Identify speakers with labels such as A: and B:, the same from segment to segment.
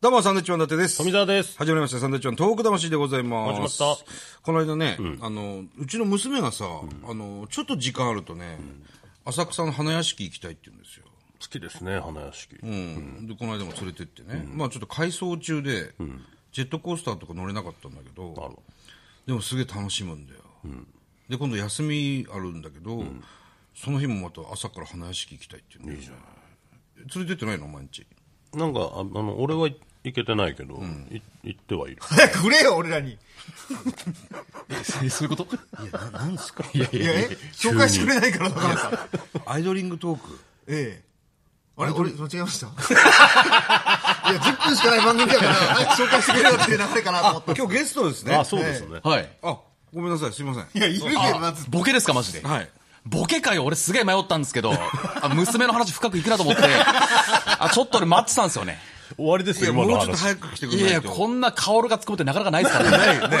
A: どうも、サンドウィッチマン伊達です。
B: 富澤です。
A: はじめまして、サンドウィッチマン、東北魂でございます。
B: 始まった
A: この間ね、あの、うちの娘がさ、あの、ちょっと時間あるとね、浅草の花屋敷行きたいって言うんですよ。
B: 好きですね、花屋敷。
A: うん。で、この間も連れてってね、まあちょっと改装中で、ジェットコースターとか乗れなかったんだけ
B: あ
A: ど、
B: の
A: でもすげえ楽しむんだよ。で、今度休みあるんだけど、その日もまた朝から花屋敷行きたいって言うんだよ。連れてってないのお前んち。
B: なんか、ああの、俺はい行けてないけど、い行ってはいる。
C: 早くくれよ、俺らに。
B: そういうこと
A: なんすか
C: いや、え紹介してくれないから、だからさ。
A: アイドリングトーク。
C: ええ。あれ、俺、間違えました いや、10分しかない番組だから、早く紹介してくれよっていう流れかなと思って。
A: 今日ゲストですね。
B: あ、そうですよね。
D: はい。
A: あ、ごめんなさい、すいません。
C: いや、いるけどな、ずっと
D: ボケですか、マジで。
A: はい。
D: ボケかよ、俺すげえ迷ったんですけど、あ娘の話深くいくなと思って、あ、ちょっと俺待ってたんですよね。
B: 終わりです
A: いや、
B: よ、
A: も
B: 今
A: うち
B: の
A: ょっと
B: 話。
A: 早く来てく
D: い
A: れな
D: や
A: い
D: いや、
A: と。
D: こんな薫が突っ込むってなかなかないですからね。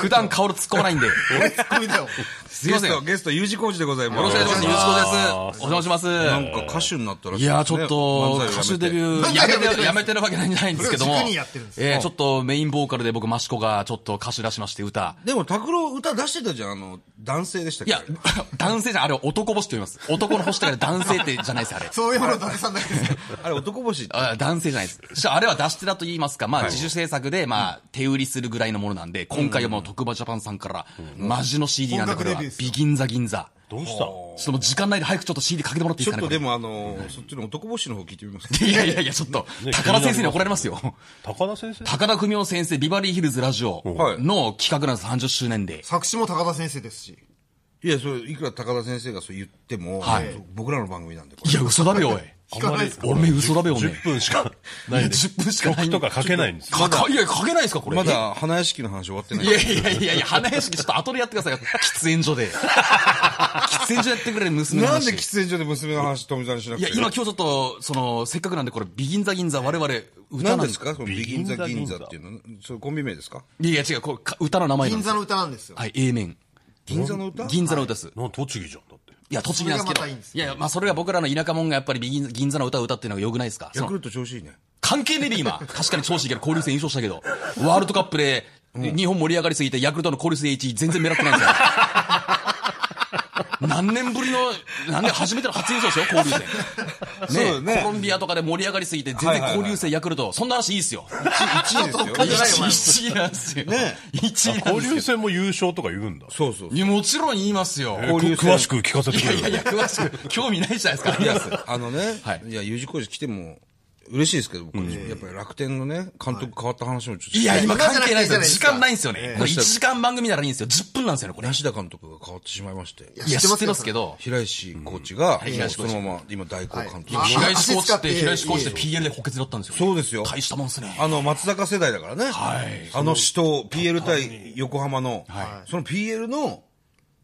D: 普段薫突っ込まないんで。
C: 俺ツッコミだよ。
D: すいません。
A: ゲス
D: よ
A: ト、ゲスト、U 字工事でございます。
D: ろしくお願いします。ゆ
A: ま
D: うちこです。お邪魔します。
A: なんか歌手になったらしです
D: い
A: ね
D: やーちょっと、歌手デビュー、やめ
C: 漫才やめて
D: てる、やめてるわけないんじゃないんですけども
C: これを軸にやってるんで、す
D: えーちょっとメインボーカルで僕、マシコがちょっと歌手出しまして、歌。
A: でも、拓郎歌出してたじゃん、あの、男性でしたっけ
D: いや、 男性じゃん、あれ男星と言います。男の星とかで男性ってじゃないです、あれ。
C: そういうもの、誰さんだけど。
A: あれ、男星。
D: あ男性じゃないです。しあれは出してだと言いますか、まあ、自主制作で、まあ、手売りするぐらいのものなんで、今回はもう特売ジャパンさんから、マジの CD なんで、これは、
C: 本格デビューで
D: ビ
C: すよ
D: ギンザ銀座。
B: どうした
D: ちょっともう時間ないで早くちょっと CD かけてもらっていい
A: ち
D: で
A: ょ
D: す
A: っと
D: かね、こ
A: で
D: れ
A: も、あの、そっちの男星の方聞いてみますか。
D: いやいやいや、ちょっと、
B: ね
D: 高田先生に怒られますよ。
B: 高田先生
D: 高田文夫先生、ビバリーヒルズラジオ
A: はい
D: の企画なんです、30周年で。
C: 作詞も高田先生ですし。
A: いや、それ、いくら高田先生がそう言っても、
D: はい
A: 僕らの番組なんで、こ
D: いや、嘘だべ、おい。
C: 聞かないですか
D: おめえ嘘だべ、おめえ。
B: 10分しか
D: い
B: な
D: や
B: いんで。
D: 10分しかないんで
B: 曲とか書けないんですよ。
D: かか、いや、かけないですか、こ
A: れ
D: れ。
A: まだ、花屋敷の話終わってない
D: い。やいやいやいや、花屋敷ちょっと後でやってくださいよ。喫煙所で。喫煙所やってくれ、娘の
A: なん
D: 話。
A: で喫煙所で娘の話、富澤にしなく
D: い
A: て
D: や、今今日ちょっと、その、せっかくなんでこれ、ビギンザギンザ、我々、歌
A: 何
D: なん
A: で
D: ですすか
A: かその、ビギンザ銀
B: 銀
A: 座
B: 座
A: っていうのそれコンビ名ですか
D: いやいや違う、これか歌の名前な
C: 銀
D: んです
C: 座
D: よ。
C: の歌なんですよ。
D: はい、A 面。
A: 銀座の歌
D: 銀座の歌です。
B: なん栃木じゃん、だって。
D: いや、栃木なんです
C: それがま
D: けど。
C: たいい
D: い
C: んですよ
D: やいや、まあそれが僕らの田舎者がやっぱりビギン銀座の歌を歌っていうのが良くないですかそ
A: ヤ
D: の
A: クルト調子いいね。
D: 関係ねえで今。確かに調子いいけど、交流戦優勝したけど。ワールドカップで、日本盛り上がりすぎて、ヤクルトの交流戦1位全然目立ってないんですよ。何年ぶりの、何年初めての初優勝ですよ、交流戦。
A: そうだね
D: ねコロンビアとかで盛り上がりすぎて、全
A: はい
D: 然
A: はいはい
D: 交流戦ヤクルト。そんな話いいっすよ。
A: 1位ですよ。
C: いやいやお前
D: 1位なんですよ。1位なん
B: 交
D: です
B: 流
D: よ
B: 戦も優勝とか言うんだ。
A: そうそう。
D: いや。もちろん言いますよ。
B: え
A: 交流戦
B: 詳しく聞かせて
D: い
B: く
D: や
B: れ
D: いやい
B: る
D: や、詳しく、興味ないじゃないですか。
A: いや、あのね、
D: はい
A: い、や、U 字工事来ても嬉しいですけど、僕やっぱり楽天のね、監督変わった話もちょっと。
D: いや、今
C: 今じゃ
D: 関
C: なくて
D: 係ない
C: いい
D: で
C: じゃない
D: すよ。
C: です
D: 時
C: か
D: 間ないんですよね。これ1時間番組ならいいんですよ。10分なんですよね、これ。
A: 梨田監督が変わってしまいまして、
D: いや、知ってますけど。
A: 平石コーチが、
D: い
A: もう
D: 平石コ
A: そ
D: ーチ
A: のまま今代行監督。
C: はい
D: 平石コーチっ
C: あ
D: て、平石コーチって PL で補欠だったんですよ。
A: そうですよ
D: 大したもんですね。
A: あの、松坂世代だからね。
D: はい
A: あの死闘、PL 対横浜の、
D: は
A: その PL の、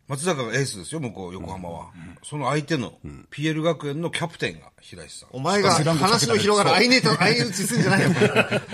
A: 松坂がエースですよ、向こう、横浜は。その相手の、PL 学園のキャプテンが平石さん。
C: お前が話の広がる相ネタ、相打ちすんじゃないよ。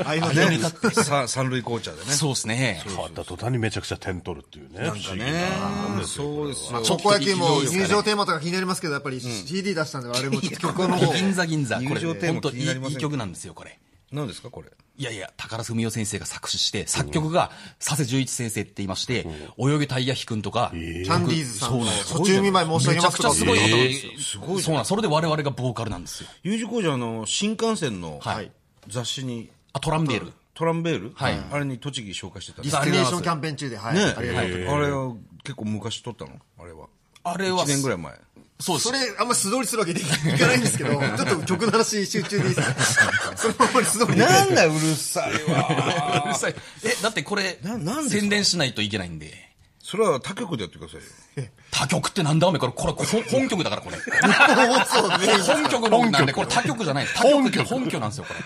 C: 相
A: ね
C: 打ち。
A: さ三塁コーチャーでね。
D: そうですね。
B: 変わった途端にめちゃくちゃ点取るっていうね。不思議な
A: ねそうですよ。
C: 高校野球も入場テーマとか気になりますけど、やっぱり CD 出したんで、あれも曲の方。
D: 銀座銀座、こ
A: 友
D: れ、
A: 情テーマ
D: 本当
A: 気
D: い
A: に
D: い
A: なりませんか
D: いい曲なんですよ、これ。
A: 何ですか、これ。
D: いやいや、高田文夫先生が作詞して、作曲が佐世十一先生って言いまして、泳げたいやひくんとか、
C: キャンディーズさんの
D: そう
C: 途中見舞い申し上
D: め
C: げ
D: ちゃ
C: ま
D: く
C: す
D: ち
C: と
D: ゃ
C: か
D: すごい方なんですよ。
A: すごい
D: そうなん、それで我々がボーカルなんですよ。
A: U 字工事あの、新幹線の
D: はい
A: 雑誌に、
D: あ、トランベル。
A: トランベール、
D: はい
A: あれに栃木紹介してたん
C: デ
A: で
C: ィ
A: す
C: ス
A: ね
C: ティネーションキャンペーン中で、はい。ありがとうござい
A: えあれは結構昔撮ったのあれは。
D: あれ
A: 1
D: は、
A: 年ぐらい前。
D: そ
C: ま。
D: うですす
C: そ。れ、あんま素通りするわけにいかないんですけど、ちょっと曲の話集中でいいです かそのままに素通りできない
A: んだうるさいわ。
D: うるさい。え、だってこれ
A: ななん、ですか
D: 宣伝しないといけないんで。
A: それは他局でやってくださいよ。
D: 他局ってなんだおめえこれ、これ、これ本局だからこれ。
C: そうね。
D: 本局のなんで、これ他局じゃない。他局って本局なんですよ、これ。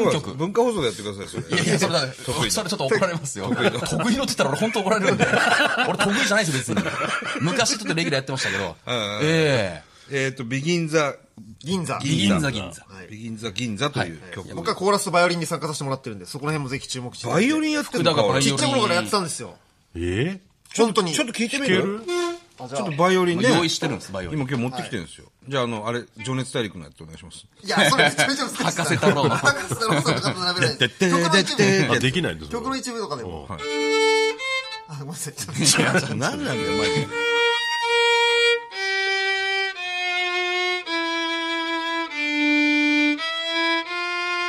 A: そうなんです
D: 局。
A: 文化放送でやってください、それ。
D: いやいや、それだ、それちょっと怒られますよ。得意のって言ったら俺本当怒られるんで。俺得意じゃないですよ、別に。昔ちょっとレギュラーやってましたけど。え
A: えっと、ビギンザ、
C: 銀座。
D: え。銀座銀座。
C: はい
A: ビギンザ銀座という曲。
C: 僕はコーラスとバイオリンに参加させてもらってるんで、そこら辺もぜひ注目して。
A: バイオリンやってんの
D: 福田がバイオ
C: ち
D: リ
C: っ
D: ン
C: ちゃい頃からやってたんですよ。
B: え
C: 本当に。
A: ちょっと聞いてみる
B: る
C: あ
A: ち
C: じゃ
A: ょっと
C: あ
A: バイオリンね。
D: 用意してるんです、バイオリ
A: 今
D: ン。
A: 今日持ってきてるんですよ。じゃあ、あの、あれ、情熱大陸のやつお願いします。
C: いや、それめちゃめちゃ難しい。
D: 博士太郎の
C: 博士太郎さんとかと並べない
A: で
C: で
A: っ
C: す。
A: て
C: 曲の
A: でっ
C: 一部
A: て
C: で
A: でっ
C: も。
B: あ、できないです。
C: 曲の一部とかでも。
A: はい。
C: あ、ごめんなさい。ちょっ
A: 何 なんだよ、マジで。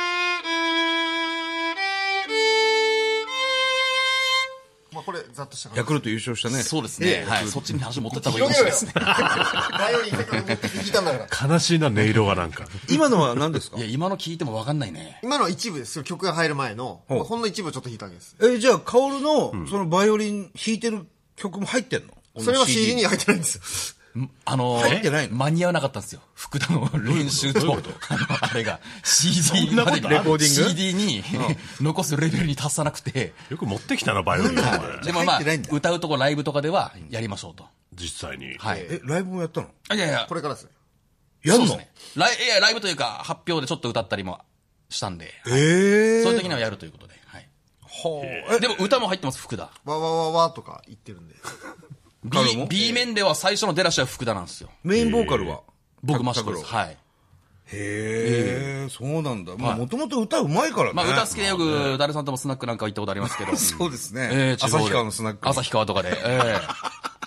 C: と まあこれ、ざっとしたから
A: ヤクルト優勝したね。
D: そうですね。はい。そっちに話持ってった方がいいかもし
C: 広
D: れ
C: げ
D: な
C: ろ
D: いで
C: よ
D: す ね。
C: バイオリンせっかく持ってきて弾いたんだから。
B: 悲しいな、音色がなんか。
A: 今のは何ですか
D: いや、今の聞いてもわかんないね。
C: 今のは一部ですよ。曲が入る前の。
A: ほう
C: ほんの一部をちょっと弾いたわけです。
A: え、じゃあ、カオルの、そのバイオリン弾いてる曲も入ってんの
C: それは CD には入ってないんですよ。
D: んあのー、
A: 入ってないの
D: 間に合わなかったんですよ。福田の練習と、あの、あれが、CD
B: な
D: ま
B: ことある
D: でに、
A: レコーディング
D: CD に、残すレベルに達さなくて、
B: よく持ってきたな、バイオリンを。これ
D: でも
A: 入
D: ま
A: っ
D: あ
A: てないんだ、
D: 歌うとこライブとかではやりましょうと。
B: 実際に。
D: はい。
A: え、ライブもやったの
D: あいやいや
C: こ、れからですね。
A: やんの、
D: ライいやライブというか、発表でちょっと歌ったりもしたんで、
A: ええー。
D: そういう時にはやるということで。はい。
A: はあ
D: でも歌も入ってます、福田。
C: わわわわとか言ってるんで。
D: B
A: 彼も
D: B 面では最初の出だしは福田なんですよ。
A: メインボーカルは
D: 僕、マシ
A: 拓
D: コ
A: 郎
D: です。はい。
A: へえ、そうなんだ。まあ、もともと歌うまいからね。
D: まあ、歌好きでよく、誰さんともスナックなんか行ったことありま すけど。
A: そうですね。
D: ええ地方で
A: 旭川のスナック。
D: 旭川とかで。ええ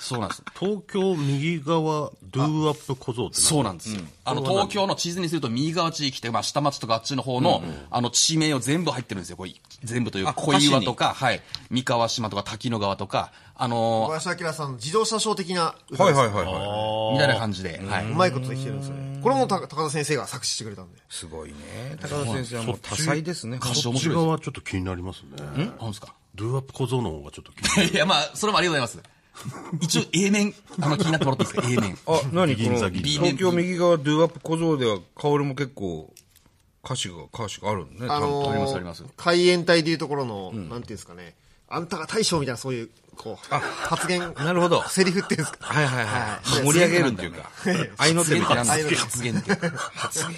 D: そうなんです。
B: 東京右側、ドゥーアップ小僧って
D: そうなんですよ。あの、東京の地図にすると右側地域って、まあ、下町とかあっちの方の、あの、地名を全部入ってるんですよ。こうい全部という
A: あ
D: か、小岩とか、はい。三河島とか、滝野川とか、あ
C: 小
D: の
C: 林明さんの自動車ショー的な歌
A: は
C: で
A: い
C: す。。
A: はいはいは
D: ーみたいな感じで、はいう
C: まいことできてるんですよね。これもた高田先生が作詞してくれたんで。
A: い。すごいね。高田先生はもう多彩ですね。
D: 歌詞
B: こっち
D: 面白いです。
B: 側はちょっと気になりますね。
D: あ、ほんですか
B: ドゥーアップ小僧の方がちょっと気になる。
D: いや、まあ、それもありがとうございます。一応、A 面、あの、気になってもらっていいですか ?A 面。
A: あ、何こ
B: 銀
A: の
B: 座銀座
A: 東京右側ドゥーアップ小僧では、薫も結構、歌詞が、歌詞があるのね。
C: あの
D: ありますあります
C: ー、海援隊でいうところの、なんていうんですかね、あんたが大将みたいなそういう、こう、発言、
A: なるほど
C: セリフっていうんですか。
A: はいはいはい。
D: はい
A: 盛り上げるっていう か、愛の手みたいな。
D: 発言って発言って。発言。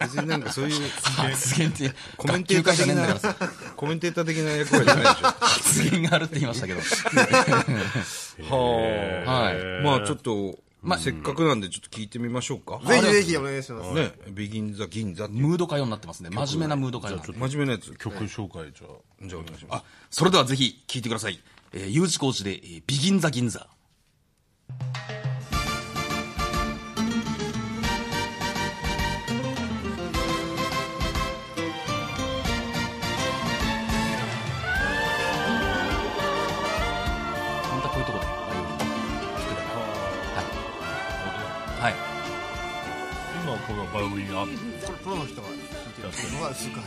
A: 別になんかそういう、
D: 発言って、
A: コメンテーター
D: 学級会じゃ
A: 的
D: ねえんだから
A: な、コメンテーター的な役割じゃないでしょ。
D: 発言があるって言いました けど。
A: は
D: はい。
A: あ。まあちょっと、せっかくなんでちょっと聞いてみましょうか。
C: ぜひぜひお願いします。
A: ね、ビギンザ銀座っていう
D: ムード歌謡になってますね。真面目なムード歌謡なんで。
A: 真面目なやつ。
B: 曲紹介じゃあ。
A: じゃあお願いします。
D: あそれではぜひ聞いてください。えー、U 字工事で、えー、ビギンザ銀座。本当はこういうとこで、はい。はい。
B: 今このバイオリンある
C: これプロの人が弾いてるっていうのがすごい。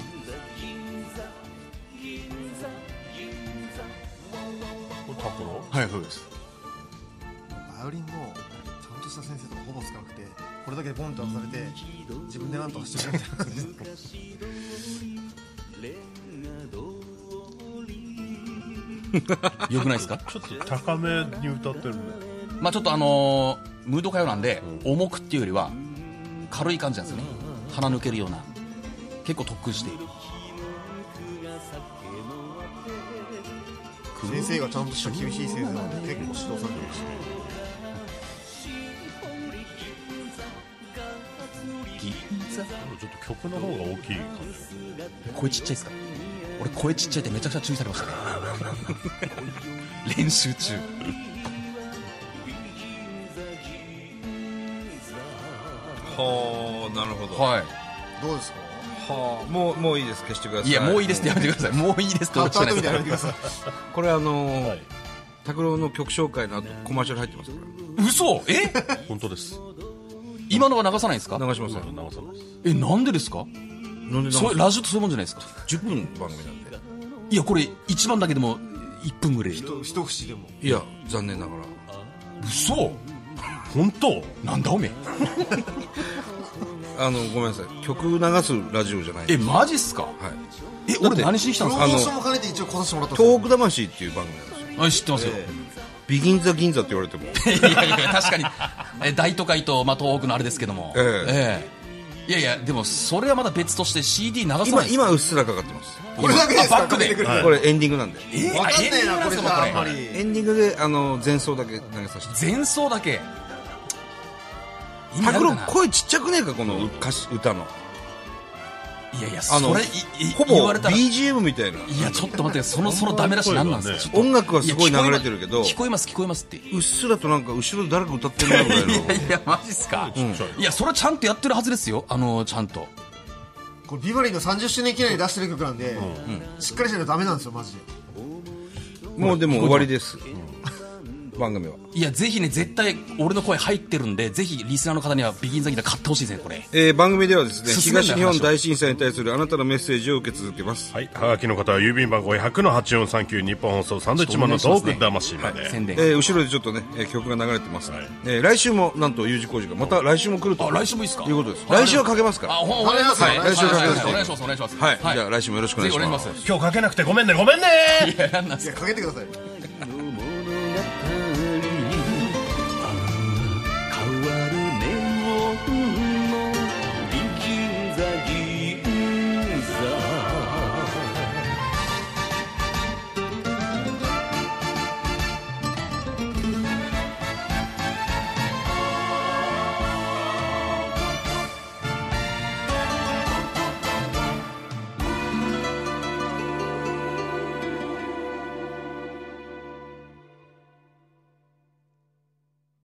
B: これタコロ
D: はい、そうです。
C: バイオリンも、ちゃんとした先生とかほぼつかなくて、これだけボンと出されて、自分でなんとかしてるみたいな感じで。
D: よくないですか
B: ちょっと高めに歌ってるね
D: まあちょっとあのームード歌謡なんで、重くっていうよりは軽い感じなんですよね鼻抜けるような結構特訓している
C: 先生がちゃんとした厳しい先生なんで、結構指導されてまし
B: ちょっと曲の方が大きい感
D: 声ちっちゃいですか俺声ちっちゃいってめちゃくちゃ注意されましたね練習中
A: はあ、なるほど。
D: は
C: た。どうですか
A: はあ、もう、もういいです。消してくださ
D: い
A: い。
D: いやもういいですってやめてくださいもういいですって
C: カッ
D: 俺じ
C: ト
D: ゃ
C: ア
D: な
C: ウトみたいな
D: いですか
C: のや
D: ら
C: めてください。
A: これあの
B: は
A: ー
B: い、
A: 拓郎の曲紹介の後、コマーシャル入ってますか
D: 嘘え
B: じ本当です
D: 今のは流さないんです
A: ら。
D: か
A: 流しません。
B: 長さです
D: えなんでですか
A: なんで流す
D: そうラジオってそういうもんじゃないですか
A: ?10 分番組なんで。
D: いやこれ一番だけでも1分ぐらい
C: 一一節でも。
A: いや、残念ながら。
D: 嘘
B: 本当
D: なんだおめえ
A: あの、ごめんなさい。曲流すラジオじゃない
D: え
A: です。
D: マジっすか
A: はい。
D: え
A: だっ
D: 俺
A: て
D: 何しに来た
C: プ
D: ん
C: ロ
D: ですか
C: モーションも兼ねて一応こさせてもらったんですよ
A: 東北魂っていう番組なんですよ。
D: あ知ってますよ、
A: ビギンザ銀座って言われても。
D: いやいやいや確かにえ大都会と、まあ、東北のあれですけども、
A: え
D: えいやいやでもそれはまだ別として CD 流さない
A: 今、
D: です
A: 今うっすらかかってます。
C: これだけですか
D: あバックで
C: かけてくれて
A: これエンディングなんで。
D: え
C: わかんねえな、これじゃあ、あんまり。
A: エンディングで、あの、前奏だけ流させて。
D: 前奏だけ意味あ
A: 拓
D: るか
A: 郎
D: な
A: 声ちっちゃくねえかこの歌詞歌の
D: いやいや、
A: あの
D: それいい
A: ほ
D: 言
A: ぼ
D: われたら、い
A: BGM みたいな
D: や、ちょっと待って、そのそのダメ出し何なんですか、ちょっと
A: 音楽はすごい
D: や聞こえ
A: 流
D: ま
A: れてるけど
D: 聞こえます、聞こえますって。
A: うっすらとなんか後ろで誰か歌ってんなぐらいの
D: いやいや、マジっすか。いや、それはちゃんとやってるはずですよ。あの、ちゃんと。
C: これビバリーの30周年記念で出してる曲なんで、しっかりしないとダメなんですよマジで
A: もうでも終わりです、番組はい
D: や、ぜひね、絶対、俺の声入ってるんで、ぜひ、リスナーの方には、ビギンザギター買ってほしいですね、これ。
A: えー番組ではですね
D: 進めない
A: 東日本大震災に対するあなたのメッセージを受け続けます
B: はい、はがきの方は郵便番号100の8439日本放送サンドイッチマンのトーク魂まで。
D: 宣伝。
A: えー後ろでちょっとね、えー曲が流れてます、えー来週もなんと U 字工事がまた来週も来ると
D: あ、来週もいいっすか
A: いうことです
D: はい
A: 来週はかけますから
D: あ、
A: は
D: ほんお願いします。
C: はい
A: 来週かけます
D: お願いします、お願いします。
A: い、じゃあ来週もよろしくお
D: ぜ
A: 願いし
D: ひお願い
A: ま
D: し
A: す
D: ます。
B: 今日かけなくてごめんね、ごめんね
D: いや、なんなんす
C: いやかけてください